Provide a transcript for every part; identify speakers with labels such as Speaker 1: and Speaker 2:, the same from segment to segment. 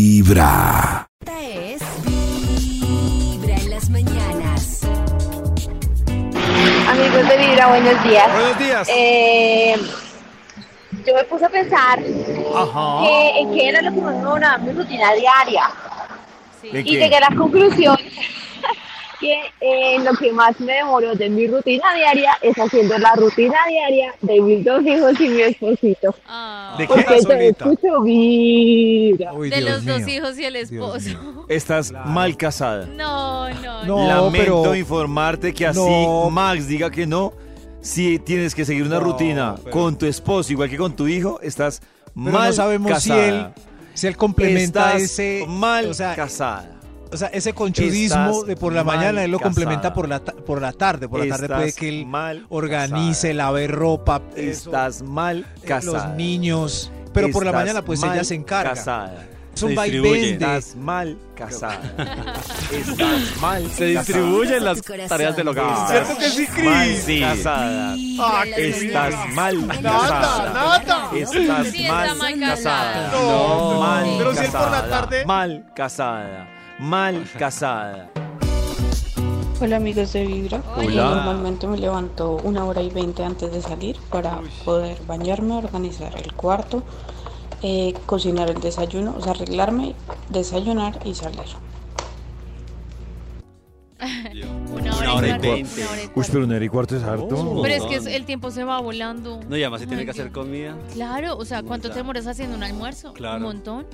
Speaker 1: Vibra.
Speaker 2: Esta es Vibra en las mañanas.
Speaker 3: Amigos de Vibra, buenos días.
Speaker 4: Buenos días.
Speaker 3: Eh, yo me puse a pensar
Speaker 4: Ajá.
Speaker 2: eh,
Speaker 3: que, en qué era lo que más me abonaba mi rutina diaria.
Speaker 4: ¿De
Speaker 3: Y
Speaker 4: qué?
Speaker 3: llegué a la conclusión que eh, lo que más me demoró de mi rutina diaria es haciendo la rutina diaria de mis dos hijos y mi esposito.
Speaker 4: ¿De qué?
Speaker 3: Porque yo
Speaker 5: Solita.
Speaker 3: escucho Vibra.
Speaker 5: Uy,
Speaker 2: Ah, de
Speaker 5: Dios
Speaker 2: los dos
Speaker 5: mío.
Speaker 2: hijos y el
Speaker 5: Dios
Speaker 2: esposo.
Speaker 4: Estás mal casada.
Speaker 2: No, no, no.
Speaker 5: No,
Speaker 4: Lamento
Speaker 5: pero-
Speaker 4: informarte que así
Speaker 5: No.
Speaker 4: Max diga que no. Si tienes que seguir una
Speaker 5: No,
Speaker 4: rutina
Speaker 5: pero-
Speaker 4: con tu esposo, igual que con tu hijo, estás
Speaker 5: Pero
Speaker 4: mal
Speaker 5: no sabemos
Speaker 4: casada.
Speaker 5: si él si él complementa
Speaker 4: Estás
Speaker 5: ese
Speaker 4: mal
Speaker 5: o sea,
Speaker 4: casada.
Speaker 5: o sea, ese conchudismo
Speaker 4: Estás
Speaker 5: de por la
Speaker 4: mal
Speaker 5: mañana él lo
Speaker 4: casada.
Speaker 5: complementa por la ta- por la tarde, por la tarde
Speaker 4: Estás
Speaker 5: puede que él
Speaker 4: mal
Speaker 5: organice, lave ropa, eso,
Speaker 4: Estás mal
Speaker 5: eh,
Speaker 4: casada.
Speaker 5: los niños, pero por la
Speaker 4: Estás
Speaker 5: mañana pues
Speaker 4: mal
Speaker 5: ella se encarga.
Speaker 4: Casada.
Speaker 5: Es un
Speaker 6: Se
Speaker 5: vaivén
Speaker 6: distribuye.
Speaker 5: de
Speaker 4: Estás mal casada. estás mal
Speaker 6: Se
Speaker 4: casada.
Speaker 6: distribuyen
Speaker 2: Casada.
Speaker 6: las tareas del hogar.
Speaker 4: ¿Cierto
Speaker 6: que sí,
Speaker 4: Mal casada.
Speaker 2: Vibra en las
Speaker 4: Estás
Speaker 2: mañanas.
Speaker 4: mal
Speaker 2: Nada,
Speaker 4: casada.
Speaker 2: nada.
Speaker 4: Estás
Speaker 2: Sí, está
Speaker 4: mal,
Speaker 2: mal
Speaker 4: casada.
Speaker 2: casada.
Speaker 6: No, no.
Speaker 4: mal
Speaker 6: Pero
Speaker 4: casada. Mal casada. Mal casada.
Speaker 7: Hola amigos de Vibra.
Speaker 2: Hola.
Speaker 7: Eh, Normalmente me levanto una hora y veinte antes de salir para poder bañarme, organizar el cuarto, eh, cocinar el desayuno, o sea, arreglarme, desayunar y salir.
Speaker 2: Una hora,
Speaker 6: Una hora y
Speaker 2: y cuarto.
Speaker 6: veinte.
Speaker 2: una hora y
Speaker 5: Uy,
Speaker 2: cuarto.
Speaker 5: pero una hora y cuarto es harto.
Speaker 2: Oh. Pero es que es- el tiempo se va volando.
Speaker 6: No, y además si tiene
Speaker 2: Ay,
Speaker 6: que hacer
Speaker 2: Dios.
Speaker 6: comida.
Speaker 2: Claro, o sea, ¿cuánto
Speaker 6: Puta.
Speaker 2: te demoras haciendo un almuerzo?
Speaker 6: Claro.
Speaker 2: Un montón.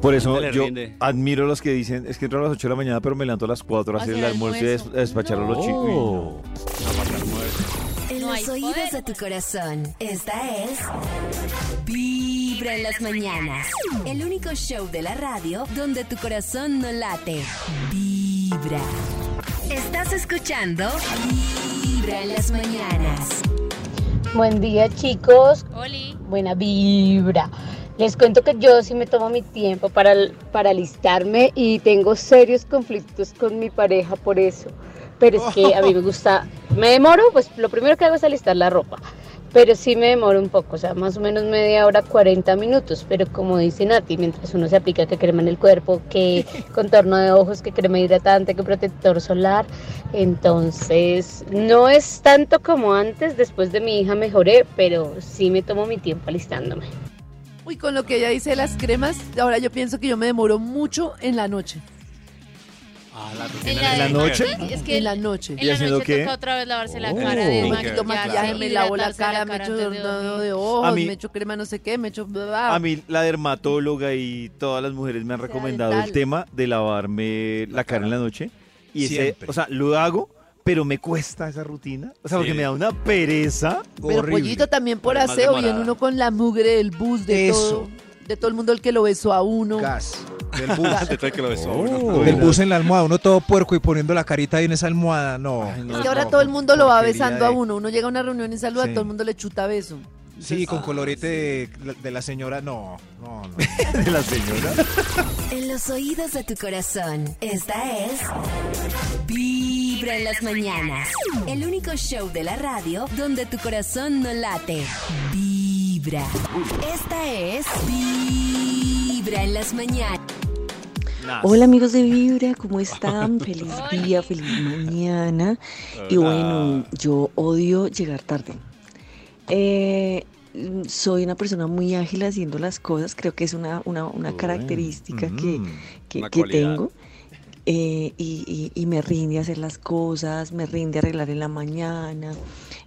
Speaker 4: Por eso
Speaker 6: Se le
Speaker 4: yo
Speaker 6: rinde.
Speaker 4: admiro a los que dicen, es que entro a las 8 de la mañana, pero me levanto a las 4 a hacer el almuerzo y des- a despachar a los
Speaker 2: No.
Speaker 4: chicos. Uy, no.
Speaker 2: No
Speaker 8: En
Speaker 2: hay
Speaker 8: los oídos
Speaker 2: poder.
Speaker 8: de tu corazón, esta es Vibra en las mañanas. El único show de la radio donde tu corazón no late. Vibra. Estás escuchando Vibra en las mañanas.
Speaker 9: Buen día chicos,
Speaker 2: Oli.
Speaker 9: buena vibra. Les cuento que yo sí me tomo mi tiempo para, para alistarme y tengo serios conflictos con mi pareja por eso. Pero es que a mí me gusta, me demoro, pues lo primero que hago es alistar la ropa. Pero sí me demoro un poco, o sea, más o menos media hora, 40 minutos. Pero como dice Nati, mientras uno se aplica que crema en el cuerpo, que contorno de ojos, que crema hidratante, que protector solar, entonces, no es tanto como antes, después de mi hija mejoré, pero sí me tomo mi tiempo alistándome.
Speaker 10: Uy, con lo que ella dice de las cremas, ahora yo pienso que yo me demoro mucho en la noche.
Speaker 6: Ah, la
Speaker 2: ¿En
Speaker 6: rutina
Speaker 2: la,
Speaker 6: de-
Speaker 4: la noche?
Speaker 2: Es que
Speaker 10: En la noche.
Speaker 2: en la
Speaker 4: haciendo
Speaker 2: noche
Speaker 4: qué?
Speaker 2: toca otra vez lavarse la
Speaker 4: Oh.
Speaker 2: cara.
Speaker 4: Me
Speaker 2: De
Speaker 4: maquillo,
Speaker 10: Maquito maquillaje,
Speaker 2: maquillaje,
Speaker 10: me lavo la cara, me echo
Speaker 2: antes de
Speaker 10: dorado
Speaker 2: dormir.
Speaker 10: de ojos,
Speaker 4: A mí-
Speaker 10: me echo crema no sé qué, me echo...
Speaker 4: A mí la dermatóloga y todas las mujeres me han
Speaker 10: Ah. Sea
Speaker 4: recomendado el
Speaker 10: dental.
Speaker 4: tema de lavarme la cara en la noche. Y ese-
Speaker 5: Siempre.
Speaker 4: o sea, lo hago, pero me cuesta esa rutina. O sea, porque
Speaker 6: Sí.
Speaker 4: me da una pereza.
Speaker 10: Pero pollito también por
Speaker 6: Además
Speaker 10: aseo,
Speaker 6: demorada.
Speaker 10: bien uno con la mugre del bus, de
Speaker 5: Eso.
Speaker 10: todo. De todo el mundo el que lo besó a uno.
Speaker 5: Gas del bus.
Speaker 6: Te trae que lo besó a uno.
Speaker 5: Del Oh. bus en la almohada, uno todo puerco y poniendo la carita ahí en esa almohada, no.
Speaker 10: Es que ahora todo el mundo lo va
Speaker 5: porquería
Speaker 10: besando a
Speaker 5: de-
Speaker 10: uno. Uno llega a una reunión y saluda,
Speaker 5: Sí.
Speaker 10: todo el mundo le chuta beso.
Speaker 5: Sí, con colorete de, de la señora, no, no, no.
Speaker 4: de la señora.
Speaker 8: En los oídos de tu corazón, esta es Vibra en las mañanas. El único show de la radio donde tu corazón no late. Vibra. Esta es Vibra en las mañanas.
Speaker 11: Hola amigos de Vibra, ¿cómo están? Feliz día, feliz mañana. Y bueno, yo odio llegar tarde. Eh, mm, soy una persona muy ágil haciendo las cosas, creo que es una, una, una característica que,
Speaker 5: Mm.
Speaker 11: que-
Speaker 6: Una
Speaker 11: que
Speaker 6: cualidad.
Speaker 11: tengo. eh, y, y- y me rinde hacer las cosas, me rinde arreglar en la mañana,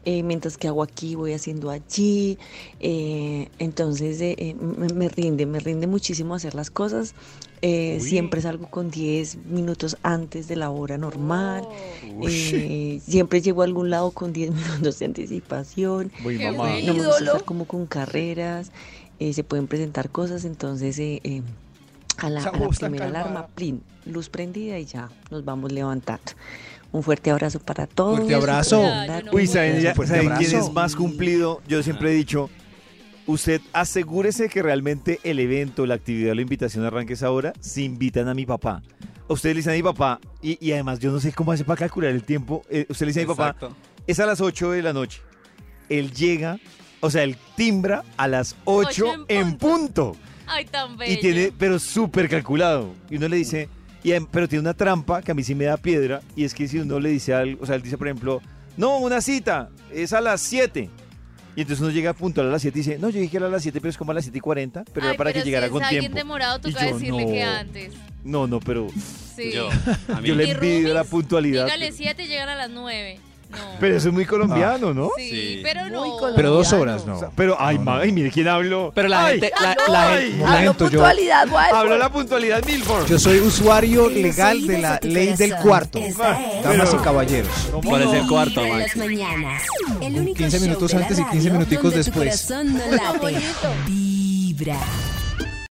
Speaker 11: eh, mientras que hago aquí, voy haciendo allí. eh, entonces eh, eh, me, me rinde, me rinde muchísimo hacer las cosas. eh, siempre salgo con 10 minutos antes de la hora normal.
Speaker 5: Oh.
Speaker 11: eh, siempre llego a algún lado con 10 minutos de anticipación.
Speaker 4: Muy
Speaker 2: Qué
Speaker 4: mamá.
Speaker 2: bueno.
Speaker 11: No me gusta
Speaker 10: ídolo.
Speaker 11: estar como con carreras, eh, se pueden presentar cosas, entonces eh, eh, a la,
Speaker 5: Esa
Speaker 11: a la
Speaker 5: voz tan
Speaker 11: primera alarma,
Speaker 5: calmada.
Speaker 11: plin, luz prendida y ya nos vamos levantando. Un fuerte abrazo para todos.
Speaker 5: Fuerte abrazo.
Speaker 2: no
Speaker 4: Uy,
Speaker 2: Uy,
Speaker 4: ¿saben, ya-
Speaker 5: fuerte
Speaker 4: saben
Speaker 5: abrazo.
Speaker 4: quién es más cumplido? Yo siempre
Speaker 5: Ah.
Speaker 4: he dicho, usted asegúrese que realmente el evento, la actividad, la invitación arranque esa hora, si invitan a mi papá. A usted le dicen a mi papá, y, y además yo no sé cómo hace para calcular el tiempo, eh, usted le dice a mi papá,
Speaker 6: Exacto.
Speaker 4: es a las 8 de la noche. Él llega, o sea, él timbra a las 8,
Speaker 2: Ocho en
Speaker 4: en punto.
Speaker 1: Ay, tan bello.
Speaker 4: Y tiene, pero súper calculado. Y uno le dice, y, em- pero tiene una trampa que a mí sí me da piedra. Y es que si uno le dice algo, o sea, él dice, por ejemplo, no, una cita, es a las 7. Y entonces uno llega puntual a las 7 y dice, no, yo dije que era a las 7, pero es como a las 7 y 40, pero
Speaker 1: Ay,
Speaker 4: era para
Speaker 1: pero
Speaker 4: que llegara
Speaker 1: si
Speaker 4: con
Speaker 1: es alguien
Speaker 4: tiempo.
Speaker 1: demorado,
Speaker 4: Y
Speaker 1: toca
Speaker 4: yo,
Speaker 1: decirle que
Speaker 4: no.
Speaker 1: antes.
Speaker 4: No, no, pero
Speaker 1: Sí. Yo,
Speaker 6: a mí-
Speaker 4: yo le
Speaker 1: Y
Speaker 4: envidio la
Speaker 1: roomies,
Speaker 4: puntualidad.
Speaker 1: Dígale siete, llegan a las nueve.
Speaker 4: Pero eso es muy colombiano, ¿no?
Speaker 1: Sí, pero no.
Speaker 4: Pero dos horas, Ah. no. pero, ay, ma- ay, mire quién habló. Pero la
Speaker 6: gente- la- la gen- la Habló gente, yo- puntualidad, Walford.
Speaker 4: Habló la puntualidad, Milford.
Speaker 5: Yo soy usuario legal de la ley del cuarto.
Speaker 8: Esta es-
Speaker 5: Damas y caballeros.
Speaker 6: ¿Cuál es el cuarto,
Speaker 8: Vibra en
Speaker 6: Max?
Speaker 8: las mañanas. El único
Speaker 5: 15
Speaker 8: show
Speaker 5: minutos
Speaker 8: de la
Speaker 5: antes y
Speaker 8: radio
Speaker 5: 15 minuticos
Speaker 8: donde tu
Speaker 5: después.
Speaker 8: corazón no late. Vibra.